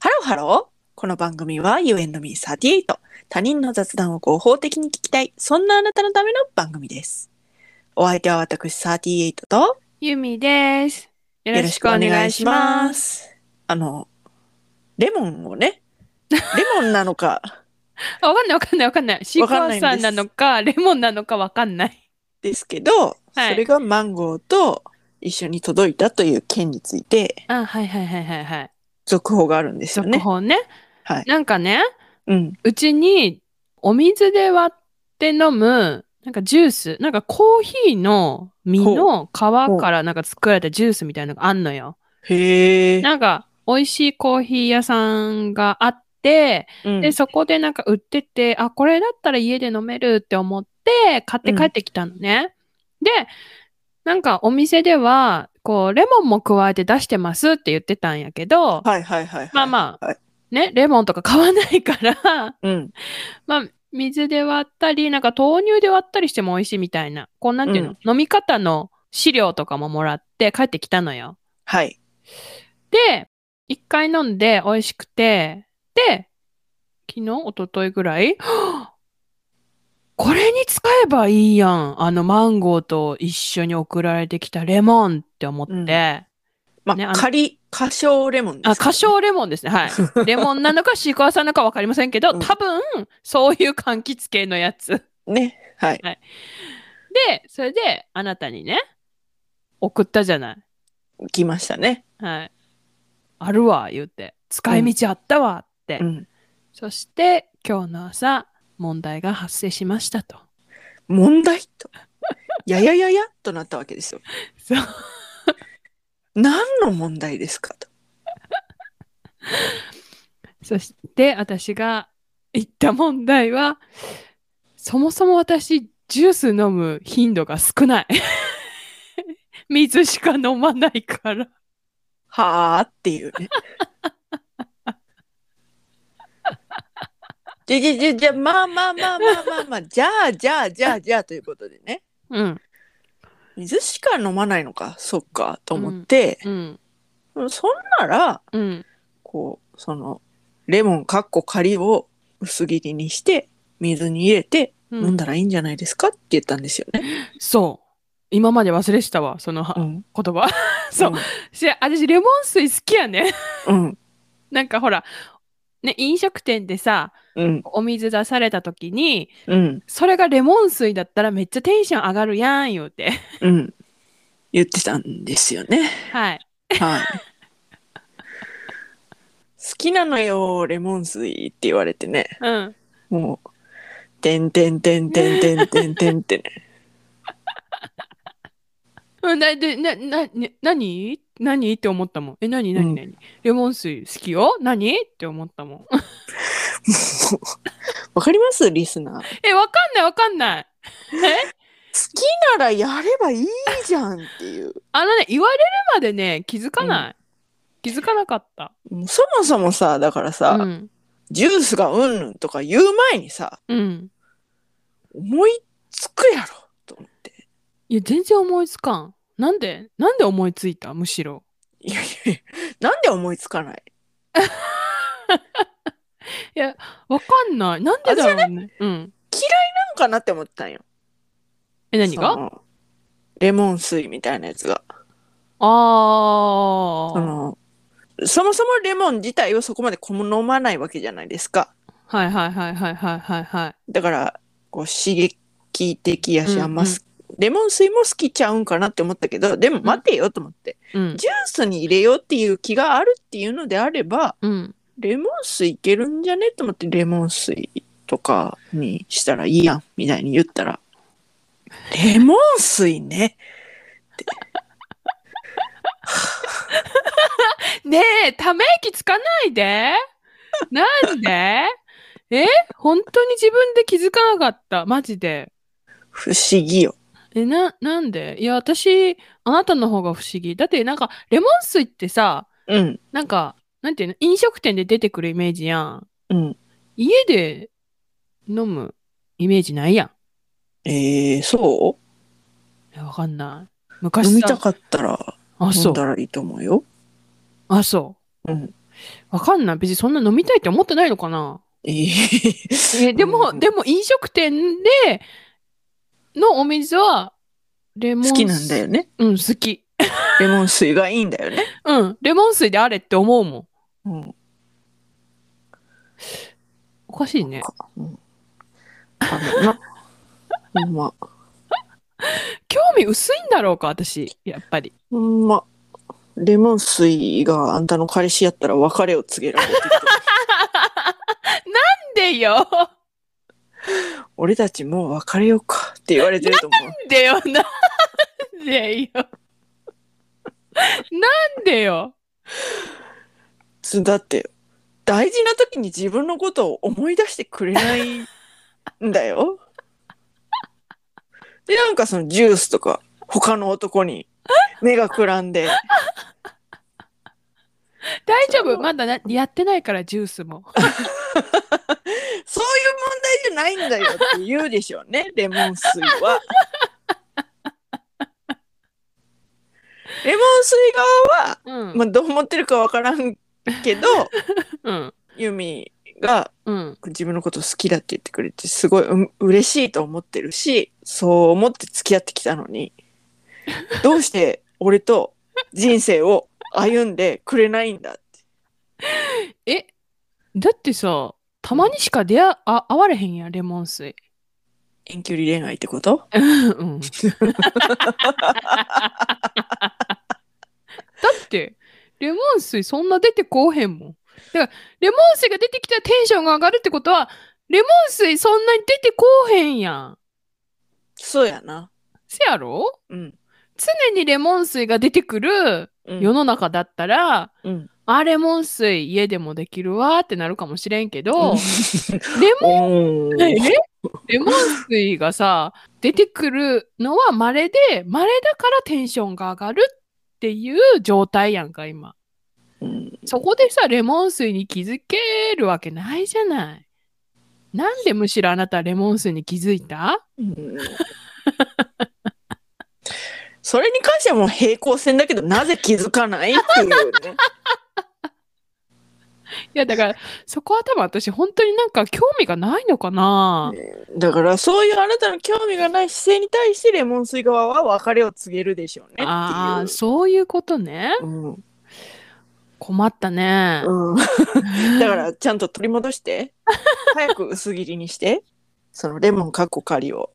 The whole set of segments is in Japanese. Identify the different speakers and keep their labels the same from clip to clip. Speaker 1: ハロー。この番組は You and me38。他人の雑談を合法的に聞きたい。そんなあなたのための番組です。お相手は私38と
Speaker 2: ゆみです。よ
Speaker 1: よ
Speaker 2: ろ
Speaker 1: ろ
Speaker 2: し
Speaker 1: し
Speaker 2: く
Speaker 1: く
Speaker 2: お
Speaker 1: お願
Speaker 2: 願
Speaker 1: い
Speaker 2: い
Speaker 1: し
Speaker 2: し
Speaker 1: ま
Speaker 2: ます。
Speaker 1: す。あの、レモンを ね、レモンなのか
Speaker 2: あわかんないわかんないわかんない。シークワーサーなのか、レモンなのかわかんない。
Speaker 1: ですけど、
Speaker 2: はい
Speaker 1: それがマンゴーと一緒に届いたという件について
Speaker 2: あ、はいはいはいはいはい。
Speaker 1: 続報があるんですよ
Speaker 2: 速
Speaker 1: ね。
Speaker 2: 報ね。
Speaker 1: はい
Speaker 2: なんかね、
Speaker 1: うん。
Speaker 2: うちにお水で割って飲む、なんかジュース、なんかコーヒーの実の皮からなんか作られたジュースみたいなのがあんのよ。
Speaker 1: へえ。
Speaker 2: なんか美味しいコーヒー屋さんがあって、
Speaker 1: うん
Speaker 2: で、そこでなんか売ってて、あ、これだったら家で飲めるって思って、買って帰ってきたのね。で、なんかお店では、こう、レモンも加えて出してますって言ってたんやけど、
Speaker 1: はいはいはいはい。
Speaker 2: まあまあ、
Speaker 1: はい
Speaker 2: ね、レモンとか買わないから、
Speaker 1: うん。
Speaker 2: まあ、水で割ったり、なんか豆乳で割ったりしても美味しいみたいな、こう、なんていうの、飲み方の資料とかももらって帰ってきたのよ。
Speaker 1: はい。
Speaker 2: で、一回飲んで美味しくて、で、昨日、一昨日ぐらい、はぁこれに使えばいいやん。あのマンゴーと一緒に送られてきたレモンって思って、
Speaker 1: うんまあ、
Speaker 2: ねあの
Speaker 1: 仮、仮称レモンです、
Speaker 2: あ、歌唱レモンですね。はい。 レモンなのかシークワーサーなのかわかりませんけど、
Speaker 1: うん
Speaker 2: 多分、そういう柑橘系のやつ。
Speaker 1: ね。はい。
Speaker 2: で、それで、あなたにね、送ったじゃない。
Speaker 1: 来ましたね。
Speaker 2: はい。あるわ、言って。使い道あったわって。
Speaker 1: うん。
Speaker 2: そして今日の朝問題が発生しましたと。
Speaker 1: 問題と。ややややとなったわけですよ。
Speaker 2: そう
Speaker 1: 何の問題ですかと。
Speaker 2: そして私が言った問題はそもそも私ジュース飲む頻度が少ない。 水しか飲まないから。
Speaker 1: はあっていうね。 じゃじゃじゃじゃ、まあまあまあまあまあまあ、じゃあじゃあじゃあじゃあということでね。
Speaker 2: うん。
Speaker 1: 水しか飲まないのか、そっか、と思って、
Speaker 2: うん。
Speaker 1: そんなら、
Speaker 2: うん。
Speaker 1: こう、その、レモンかっこ仮を薄切りにして、水に入れて
Speaker 2: う
Speaker 1: 飲んだらいいんじゃないですかって言ったんですよね。
Speaker 2: そう。今まで忘れてたわ、そのは
Speaker 1: うん。
Speaker 2: 言葉。そう。し私、レモン水好きやね。
Speaker 1: うん。
Speaker 2: なんかほら、ね、飲食店でさ、
Speaker 1: うん。
Speaker 2: お水出された時に、
Speaker 1: うん。
Speaker 2: それがレモン水だったらめっちゃテンション上がるやん言うて。
Speaker 1: うん。言ってたんですよね。
Speaker 2: はい。
Speaker 1: はい。 好きなのよ、レモン水って言われてね。
Speaker 2: うん。
Speaker 1: もう、てんてんてんてんてんてんてんってね。
Speaker 2: うんな、で、な、な、な、何何って思ったもん。え、何何何、レモン水好きよ何って思ったもん。
Speaker 1: もう わかりますリスナー。好
Speaker 2: え、わかんないわかんない。え
Speaker 1: きならやればいいじゃんっていう。
Speaker 2: あのね、言われるまでね、気づかない。気づかなかった。
Speaker 1: もうそもそもさ、だからさ、
Speaker 2: うん。
Speaker 1: ジュースがうんぬんとか言う前にさ、
Speaker 2: うん。
Speaker 1: 思いつくやろと思って。
Speaker 2: いや、全然思いつかん。なんでなんで思いついたむしろ。
Speaker 1: いやいやいや、なんで思いつかない
Speaker 2: わかんない。なんでだろうね。うん。
Speaker 1: なんかなって思ったんよ。
Speaker 2: え、何
Speaker 1: そ
Speaker 2: が
Speaker 1: のレモン水みたいなやつが。
Speaker 2: あ
Speaker 1: そ
Speaker 2: ー。
Speaker 1: のそもそもレモン自体をそこまでこも飲まないわけじゃないですか。
Speaker 2: はいはいはいはいはいはいはい。
Speaker 1: だから、こう刺激的や
Speaker 2: うん
Speaker 1: し、
Speaker 2: うん
Speaker 1: あんま好きレモン水も好きちゃうんかなって思ったけど、でも待てよと思って、
Speaker 2: うん。
Speaker 1: ジュースに入れようっていう気があるっていうのであれば、
Speaker 2: うん。
Speaker 1: レモン水いけるんじゃねと思ってレモン水とかにしたらいいやんみたいに言ったら「レモン水ね
Speaker 2: ねえ、ため息つかな いで。なんでえ本当に自分で気づかなかった。マジで。
Speaker 1: 不思議よ
Speaker 2: え、な、なんでいや、私、あなたの方が不思議。だって、なんか、レモン水ってさ、」
Speaker 1: うん
Speaker 2: なんか、なんていうの飲食店で出てくるイメージやん。
Speaker 1: うん
Speaker 2: 家で飲むイメージないや。
Speaker 1: えー、そうん
Speaker 2: えわかんない。昔さ。
Speaker 1: 飲みたかったら
Speaker 2: あ、
Speaker 1: 飲
Speaker 2: そ
Speaker 1: ん
Speaker 2: う。
Speaker 1: だらいいと思うよ
Speaker 2: あ、そう。
Speaker 1: うん
Speaker 2: わかんない。別にそんな飲みたいって思ってないのかな
Speaker 1: えー
Speaker 2: え、でも、
Speaker 1: うん
Speaker 2: でも飲食店でのお水は、レモン
Speaker 1: 好きなんだ
Speaker 2: よ。
Speaker 1: よね。
Speaker 2: うん、好き。
Speaker 1: レモン水がいいんだよね。
Speaker 2: うん、レモン水であれって思うもん。
Speaker 1: うん。
Speaker 2: おかしいね。
Speaker 1: かうん。あのな。ほんま。
Speaker 2: 興味薄いんだろうか、私。やっぱり。
Speaker 1: ほんま。レモン水があんたの彼氏やったら別れを告げられて る。
Speaker 2: なんでよな
Speaker 1: 俺たちもう別れようかって言われてると思う。
Speaker 2: んでよなんでよなんでよ
Speaker 1: つだって大事な時に自分のことを思い出してくれないんだよ。でなんかそのジュースとか他の男に目がくらんで
Speaker 2: 大丈
Speaker 1: それ
Speaker 2: 夫
Speaker 1: は
Speaker 2: まだなやってないから、ジュースも。
Speaker 1: そういう問題じゃないんだよって言うでしょうねレモン水は。レモン水側は、
Speaker 2: うん。
Speaker 1: まあ、どう思ってるかわからんけど
Speaker 2: うん。
Speaker 1: ユミが
Speaker 2: うん。
Speaker 1: 自分のこと好きだって言ってくれてすごいう嬉しいと思ってるしそう思って付き合ってきたのにどうして俺と人生を歩んでくれないんだって
Speaker 2: え、だってさ、たまにしか出会あ会われへんやん、レモン水。
Speaker 1: 遠距離恋愛ってこと
Speaker 2: うん。だって、レモン水そんな出てこうへんもん。だから、レモン水が出てきたらテンションが上がるってことは、レモン水そんなに出てこうへんやん。
Speaker 1: そうやな
Speaker 2: せやろ
Speaker 1: うん、
Speaker 2: 常にレモン水が出てくる
Speaker 1: うん
Speaker 2: 世の中だったら、
Speaker 1: うん
Speaker 2: あ、レモン水家でもできるわってなるかもしれんけど、
Speaker 1: うん
Speaker 2: レモ
Speaker 1: お
Speaker 2: ン
Speaker 1: ー
Speaker 2: え レモン水がさ、出てくるのは稀で、稀だからテンションが上がるっていう状態やんか、今。
Speaker 1: うん
Speaker 2: そこでさ、レモン水に気づけるわけないじゃない。なんでむしろあなたはレモン水に気づいた
Speaker 1: うんそれに関してはもう平行線だけどなぜ気づかないっていうね
Speaker 2: いや、だから、そこは多分私、本当になんか興味がないのかな、
Speaker 1: だからそういうあなたの興味がない姿勢に対してレモン水側は別れを告げるでしょうねっていう。
Speaker 2: ああ、そういうことね。
Speaker 1: うんうん、
Speaker 2: 困ったね。
Speaker 1: だからちゃんと取り戻して早く薄切りにしてそのレモンかっこかりを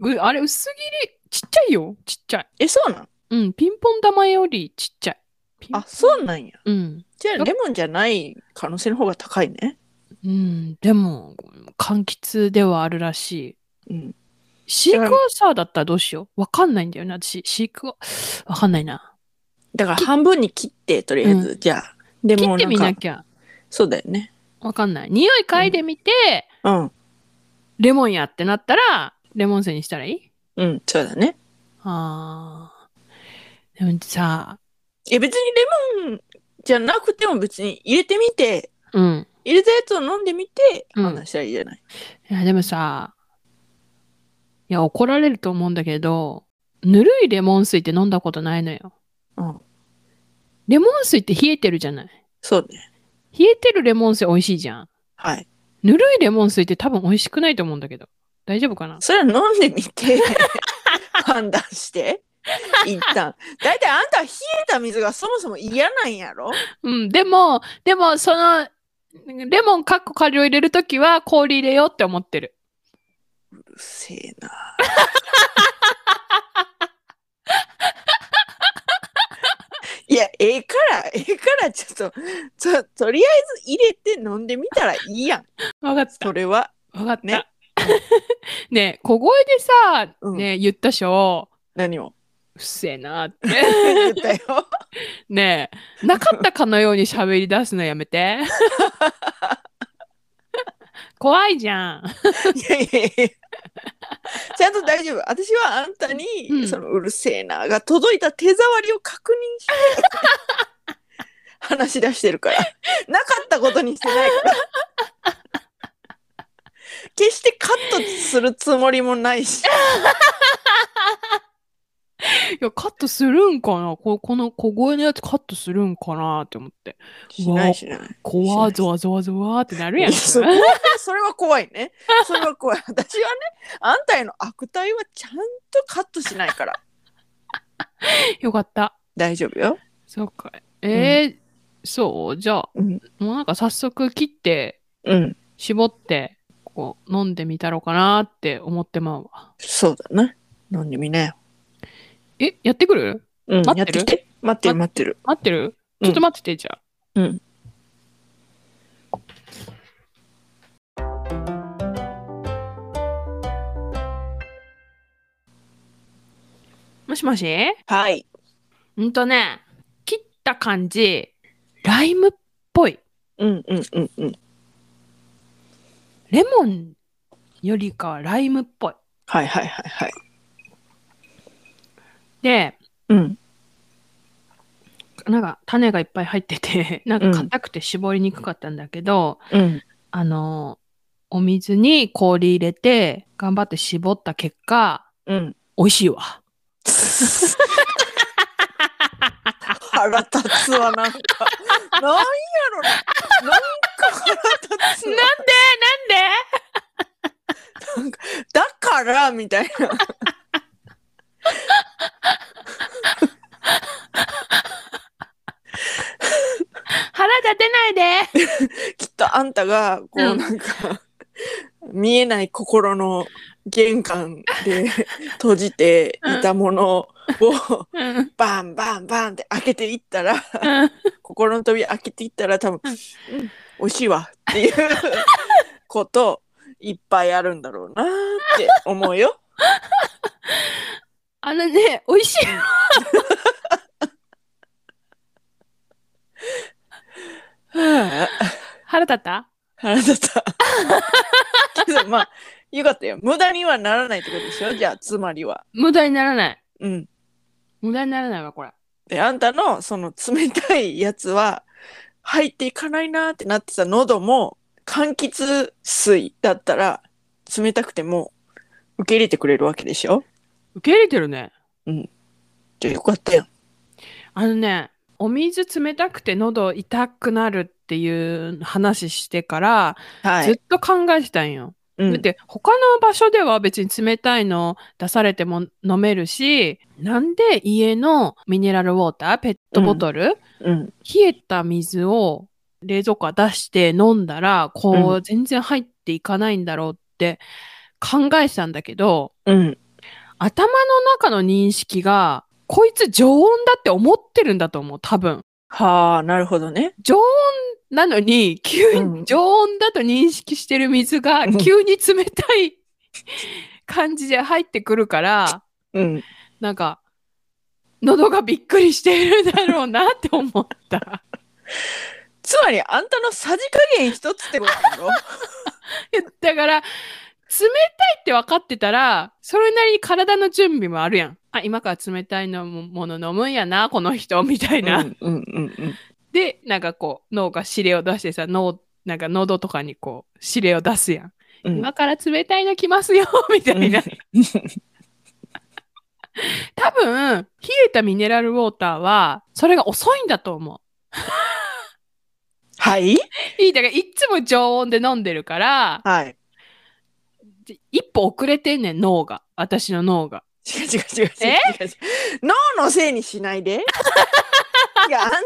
Speaker 2: うあれ、薄切り、ちっちゃいよ。ちっちゃい。
Speaker 1: えそうなん
Speaker 2: うん、ピンポン玉よりちっちゃい。ピンポン
Speaker 1: あそうなんや
Speaker 2: うん。
Speaker 1: じゃあレモンじゃない可能性の方が高いね
Speaker 2: うん、でも、柑橘ではあるらし
Speaker 1: うん
Speaker 2: い。シークワーサーだったらどうしようわかんないんだよね、私。シークワわかんないな。
Speaker 1: だから半分に切ってとりあえず、じゃあレ
Speaker 2: 切
Speaker 1: モ
Speaker 2: っ
Speaker 1: ン
Speaker 2: て
Speaker 1: なん
Speaker 2: み
Speaker 1: か
Speaker 2: なきゃ。
Speaker 1: そうだよね
Speaker 2: わかんない。匂い嗅いでみて、
Speaker 1: うん
Speaker 2: レモンやってなったら、レモン水にしたらいい
Speaker 1: うんそうだね
Speaker 2: あー。でもさ、
Speaker 1: え別にレモンじゃなくても別に入れてみて
Speaker 2: うん。
Speaker 1: 入れたやつを飲んでみて
Speaker 2: うん
Speaker 1: 話したらいいじゃない、
Speaker 2: いや、でもさ、いや、怒られると思うんだけど、ぬるいレモン水って飲んだことないのよ。
Speaker 1: うん
Speaker 2: レモン水って冷えてるじゃない
Speaker 1: そうね
Speaker 2: 冷えてるレモン水美味しいじゃん。
Speaker 1: はい
Speaker 2: ぬるいレモン水って多分美味しくないと思うんだけど。大丈夫かな
Speaker 1: それは飲んでみて 判断して一旦だいたいあんたは冷えた水がそもそも嫌なんやろ
Speaker 2: うん、でも、でも、その、レモンかっこ仮を入れるときは氷入れようって思ってる。
Speaker 1: うるせえな ぁいやええからええからちょっとちょとりあえず入れて飲んでみたらいいやん
Speaker 2: わかっ
Speaker 1: それは
Speaker 2: た。わかった。
Speaker 1: ね
Speaker 2: ね小声でさ、
Speaker 1: うん
Speaker 2: ね言ったしょ。
Speaker 1: 何を
Speaker 2: うっせえなって。
Speaker 1: 言ったよ
Speaker 2: ねえ、なかったかのように喋り出すのや めて。怖いじゃん。
Speaker 1: いやいやいやちゃんと大丈夫私はあんたに、
Speaker 2: うん
Speaker 1: そのうるせえなが届いた手触りを確認して話し出してるから なかったことにしてないから 決 してカットするつもりもないし
Speaker 2: や、カットするんかなここの小声のやつカットするんかなって思って。
Speaker 1: しないしない。
Speaker 2: 怖ゾワゾワゾワってなるやん。
Speaker 1: いやそ
Speaker 2: そ
Speaker 1: こはそれは怖いね。それは怖い。私はね、あんたへの悪態はちゃんとカットしないから。
Speaker 2: よかった。
Speaker 1: 大丈夫よ。
Speaker 2: そうか。えーそうじゃあ、
Speaker 1: うん
Speaker 2: もうなんか早速切って、
Speaker 1: うん。
Speaker 2: 絞って、こう、飲んでみたろうかなって思ってまうわ。
Speaker 1: そうだな。飲んでみなよ。
Speaker 2: え、やってくる
Speaker 1: うん、
Speaker 2: 待
Speaker 1: や
Speaker 2: っ
Speaker 1: ってて
Speaker 2: る
Speaker 1: きて。待ってる待ってる。
Speaker 2: 待ってる
Speaker 1: うん
Speaker 2: ちょっと待ってて、じゃあ。
Speaker 1: うん。
Speaker 2: もしもし
Speaker 1: はい。
Speaker 2: うんとね、切った感じ、ライムっぽい。
Speaker 1: うんうんうんうん。
Speaker 2: レモンよりかはライムっぽい。
Speaker 1: はいはいはいはい。
Speaker 2: で、
Speaker 1: うん。
Speaker 2: なんか種がいっぱい入ってて、 なんか硬くて絞りにくかったんだけど、
Speaker 1: うん。
Speaker 2: あの、お水に氷入れて、頑張って絞った結果、
Speaker 1: うん。
Speaker 2: 美味しいわ。
Speaker 1: 腹立つわなんか。なんやろな。なんか腹立つわ。
Speaker 2: なんで
Speaker 1: だからみたいな。
Speaker 2: 腹立てないで
Speaker 1: きっとあんたがこ
Speaker 2: う
Speaker 1: うんなんか、見えない心の玄関で閉じていたものを
Speaker 2: うんうん
Speaker 1: バンバンバンって開けていったら心の扉開けていったら多分「うん美味しいわ」って いうこといっぱいあるんだろうなって思うよ。
Speaker 2: あのね、美味しい。
Speaker 1: はあ
Speaker 2: 腹立った
Speaker 1: 腹立った。けどまあよかったよ無駄にはならないってことでしょじゃあつまりは。
Speaker 2: 無駄にならない。
Speaker 1: うん
Speaker 2: 無駄にならないわ、これ。
Speaker 1: であんたのその冷たいやつは入っていかないなってなってた喉も柑橘水だったら冷たくても受け入れてくれるわけでしょ
Speaker 2: 受け入れてるね。
Speaker 1: じゃあよかったよ。
Speaker 2: あのね、お水冷たくて喉痛くなるっていう話してから、
Speaker 1: は
Speaker 2: ず
Speaker 1: い
Speaker 2: っ。と考えてたんよ。
Speaker 1: うん
Speaker 2: だって他の場所では別に冷たいの出されても飲めるし、なんで家のミネラルウォーター、ペットボトル、
Speaker 1: うん
Speaker 2: 冷えた水を冷蔵庫から出して飲んだら、こう、全然入っていかないんだろうって考えてたんだけど、
Speaker 1: うん
Speaker 2: 頭の中の認識が、こいつ常温だって思ってるんだと思う、多分。
Speaker 1: はあなるほどね。
Speaker 2: 常温なのに、急
Speaker 1: う
Speaker 2: に
Speaker 1: ん
Speaker 2: 常温だと認識してる水が
Speaker 1: う、ん
Speaker 2: 急に冷たい感じで入ってくるから、
Speaker 1: うん
Speaker 2: なんか、喉がびっくりしてるだろうなって思った。
Speaker 1: つまりあんたのさじ加減一つってことだろ
Speaker 2: だから、冷たいって分かってたら、それなりに体の準備もあるやん。あ、今から冷たいのももの飲むんやな、この人、みたいな。
Speaker 1: うんうんうんうん
Speaker 2: で、なんかこう、脳が指令を出してさ、脳、なんか喉とかにこう、指令を出すやん。
Speaker 1: うん
Speaker 2: 今から冷たいの来ますよ、 みたいな。多分、冷えたミネラルウォーターは、それが遅いんだと思
Speaker 1: はい、
Speaker 2: う。いい、だからいつも常温で飲んでるから、
Speaker 1: はい、
Speaker 2: 一歩遅れてんねん、脳が。私の脳が。
Speaker 1: 違う違う違う違う違う違う脳のせいにしないでいやあんた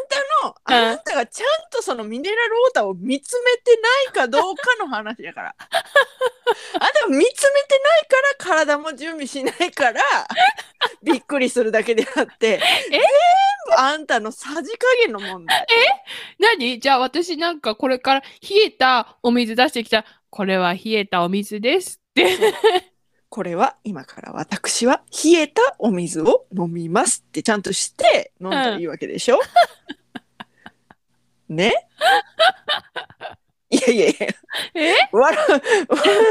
Speaker 1: のあんたがちゃんとそのミネラルウォーターを見つめてないかどうかの話だからあんたが見つめてないから体も準備しないからびっくりするだけであって全部あんたのさじ加減の問題
Speaker 2: 何じゃあ私なんかこれから冷えたお水出してきた。これは冷えたお水ですって。
Speaker 1: これは今から私は冷えたお水を飲みますってちゃんとして飲んだらいいわけで しょ、ねいやいやいや
Speaker 2: え
Speaker 1: 笑う笑う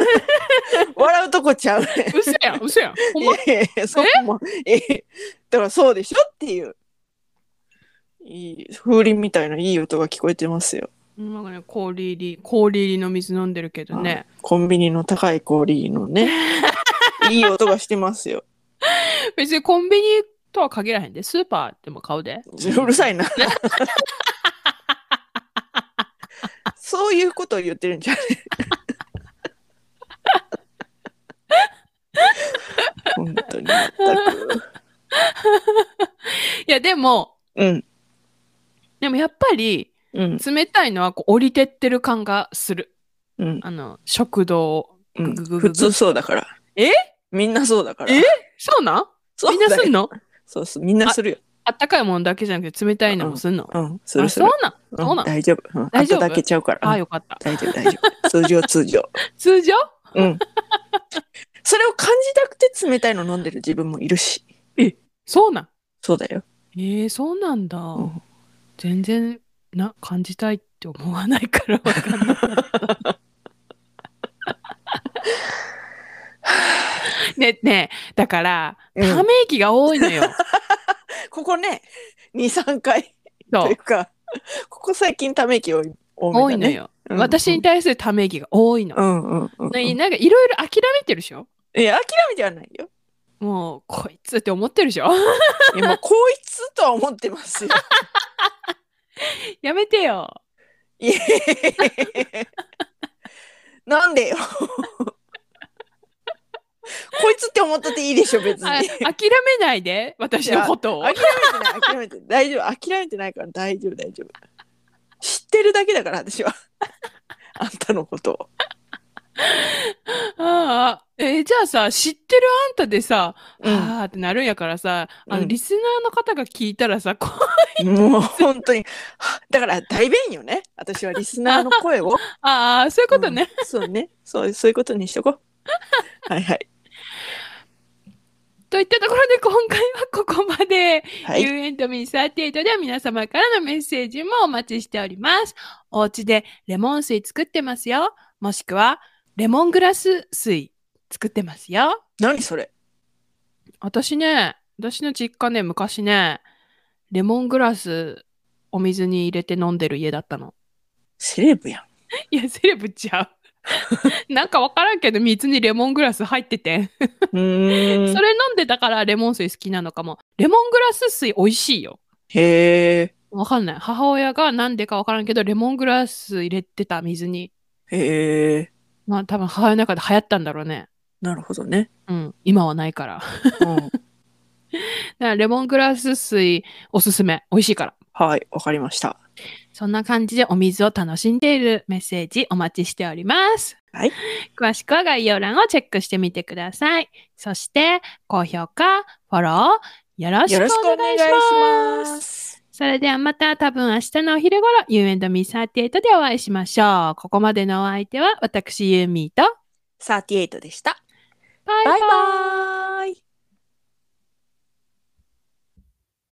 Speaker 1: 笑うとこちゃうね
Speaker 2: 嘘や ん、嘘やん。ほん
Speaker 1: い
Speaker 2: ま
Speaker 1: やいやいやそこもえだからそうでしょっていういい風鈴みたいないい音が聞こえてますよ
Speaker 2: なんかね、氷入り、氷入りの水飲んでるけどね。
Speaker 1: コンビニの高 い氷のねいい音がしてますよ
Speaker 2: 別にコンビニとは限らへんで、スーパーでも買うで。
Speaker 1: うる さいな。そういうことを言ってるんじゃない本当に全く。
Speaker 2: いや、でも、
Speaker 1: うん、
Speaker 2: でもやっぱり、
Speaker 1: うん、
Speaker 2: 冷たいのはこう降りてってる感がする。
Speaker 1: うん、
Speaker 2: あの、食堂を。
Speaker 1: う
Speaker 2: ぐぐぐ
Speaker 1: ん。
Speaker 2: ぐ
Speaker 1: 普通そうだから。
Speaker 2: え
Speaker 1: みんなそうだから。
Speaker 2: えそうなん
Speaker 1: そう
Speaker 2: みんなすん
Speaker 1: の
Speaker 2: の
Speaker 1: そうそう、みんなするよ。
Speaker 2: あったかいものだけじゃなくて冷たいのもすんの、
Speaker 1: うん、す
Speaker 2: あ
Speaker 1: るす
Speaker 2: そう
Speaker 1: る。
Speaker 2: なん
Speaker 1: うん
Speaker 2: そうなん、
Speaker 1: 大丈夫。うん、
Speaker 2: 大丈夫
Speaker 1: 後だけちゃうか
Speaker 2: あ
Speaker 1: ら。うん
Speaker 2: よかった。
Speaker 1: 大丈夫、大丈夫。通常、通常。
Speaker 2: 通常
Speaker 1: うん。それを感じたくて冷たいの飲んでる自分もいるし。
Speaker 2: そうなん
Speaker 1: そうだよ。
Speaker 2: えー、そうなんだ。
Speaker 1: ん
Speaker 2: 全然な感じたいって思わないからわかんない。 ねねえだから、
Speaker 1: うん
Speaker 2: ため息が多いのよ。
Speaker 1: ここね、2、3回と
Speaker 2: そ
Speaker 1: いううか、ここ最近ため息多い多
Speaker 2: 多
Speaker 1: めだ
Speaker 2: いの
Speaker 1: ね。
Speaker 2: よ。
Speaker 1: うん
Speaker 2: 私に対するため息が多いの。
Speaker 1: うんうんうんうん。
Speaker 2: ね
Speaker 1: い
Speaker 2: なんかいろいろ諦めてるでしょ
Speaker 1: や、諦めてはないよ。
Speaker 2: もうこいつって思ってるでしょ
Speaker 1: いや、もうこいつとは思ってますよ。
Speaker 2: やめてよ。
Speaker 1: いえなんでよ。こいつって思ったっていいでしょ、別に。
Speaker 2: あ
Speaker 1: 諦め
Speaker 2: 諦めないで私のことを。
Speaker 1: てない、諦めてない。大丈夫、諦めてないから大丈夫、大丈夫。知ってるだけだから、私は。あんたのことを。
Speaker 2: ああ、えーじゃあさ、知ってるあんたでさ、
Speaker 1: うん
Speaker 2: あーってなるんやからさ、あの、
Speaker 1: うん
Speaker 2: リスナーの方が聞いたらさ、こう、
Speaker 1: もう本当に。 はだから代弁よね。私はリスナーの声を。
Speaker 2: あ あ、そういうことね。
Speaker 1: うんそうね。そう、そういうことにしとこ う。はいはい。
Speaker 2: といったところで今回はここまで。
Speaker 1: はい。
Speaker 2: You and me38 では皆様からのメッセージもお待ちしております。お家でレモン水作ってますよ。もしくは、レモングラス水作ってますよ。
Speaker 1: 何それ。
Speaker 2: 私ね、私の実家ね、昔ね、レモングラスお水に入れて飲んでる家だったの。
Speaker 1: セレブやん。
Speaker 2: いや、セレブちゃう。 なんかわからんけど、水にレモングラス入っててん。
Speaker 1: うーん
Speaker 2: そ。れ飲んでたからレモン水好きなのかも。レモングラス水美味しいよ。
Speaker 1: へえ。
Speaker 2: わかんない。母親がなんでかわからんけど、レモングラス入れてた水に。
Speaker 1: へえ。
Speaker 2: まあ多分母親の中で流行ったんだろうね。
Speaker 1: なるほどね。
Speaker 2: うん。今はないから。だか
Speaker 1: うん、
Speaker 2: らレモングラス水おすすめ。美味しいから。
Speaker 1: はい、わかりました。
Speaker 2: そんな感じでお水を楽しんでいるメッセージお待ちしております。
Speaker 1: はい。
Speaker 2: 詳しくは概要欄をチェックしてみてください。そして、高評価、フォロー、よろし
Speaker 1: よ
Speaker 2: くお
Speaker 1: ろしくお
Speaker 2: 願
Speaker 1: 願
Speaker 2: い
Speaker 1: い
Speaker 2: しま
Speaker 1: し
Speaker 2: す。
Speaker 1: ます。
Speaker 2: それではまた多分明日のお昼頃、You and Me38 でお会いしましょう。ここまでのお相手は私、ユーミーと、
Speaker 1: 38でした。
Speaker 2: バイバ
Speaker 1: バ
Speaker 2: イ
Speaker 1: イバイ。